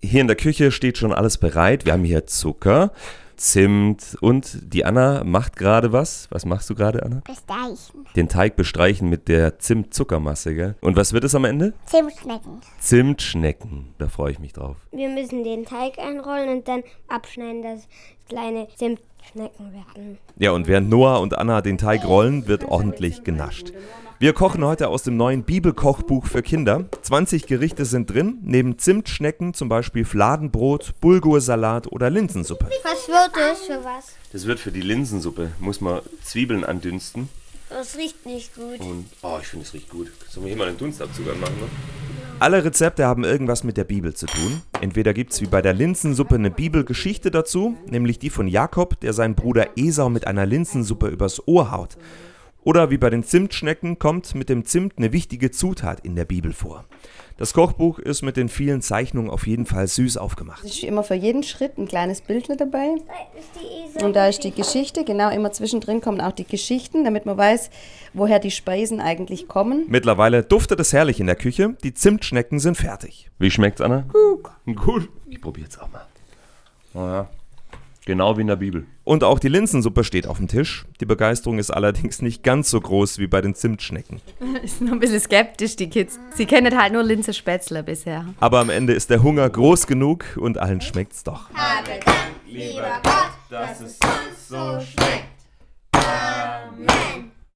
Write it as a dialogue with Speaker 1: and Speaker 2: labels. Speaker 1: Hier in der Küche steht schon alles bereit. Wir haben hier Zucker, Zimt und die Anna macht gerade was. Was machst du gerade, Anna?
Speaker 2: Besteichen.
Speaker 1: Den Teig bestreichen mit der Zimt-Zuckermasse, gell? Und was wird es am Ende?
Speaker 2: Zimtschnecken.
Speaker 1: Zimtschnecken. Da freue ich mich drauf.
Speaker 3: Wir müssen den Teig einrollen und dann abschneiden, dass kleine Zimtschnecken werden.
Speaker 1: Ja, und während Noah und Anna den Teig rollen, wird ordentlich genascht. Wir kochen heute aus dem neuen Bibelkochbuch für Kinder. 20 Gerichte sind drin, neben Zimtschnecken zum Beispiel Fladenbrot, Bulgursalat oder Linsensuppe.
Speaker 3: Was wird das für was?
Speaker 1: Das wird für die Linsensuppe, muss man Zwiebeln andünsten.
Speaker 3: Das riecht nicht gut.
Speaker 1: Und, oh, ich finde, es riecht gut. Sollen wir hier mal einen Dunstabzug anmachen? Ne? Alle Rezepte haben irgendwas mit der Bibel zu tun. Entweder gibt es wie bei der Linsensuppe eine Bibelgeschichte dazu, nämlich die von Jakob, der seinen Bruder Esau mit einer Linsensuppe übers Ohr haut. Oder wie bei den Zimtschnecken kommt mit dem Zimt eine wichtige Zutat in der Bibel vor. Das Kochbuch ist mit den vielen Zeichnungen auf jeden Fall süß aufgemacht.
Speaker 4: Es ist immer für jeden Schritt ein kleines Bildle dabei.
Speaker 3: Ist die Esel
Speaker 4: Und da ist die Geschichte, genau, immer zwischendrin kommen auch die Geschichten, damit man weiß, woher die Speisen eigentlich kommen.
Speaker 1: Mittlerweile duftet es herrlich in der Küche. Die Zimtschnecken sind fertig. Wie schmeckt's, Anna? Gut. Gut. Ich probier's auch mal. Naja, genau wie in der Bibel. Und auch die Linsensuppe steht auf dem Tisch. Die Begeisterung ist allerdings nicht ganz so groß wie bei den Zimtschnecken.
Speaker 5: Ist noch ein bisschen skeptisch, die Kids. Sie kennen halt nur Linse Spätzle bisher.
Speaker 1: Aber am Ende ist der Hunger groß genug und allen schmeckt's doch.
Speaker 2: Lieber Gott, dass es uns so schmeckt. Amen.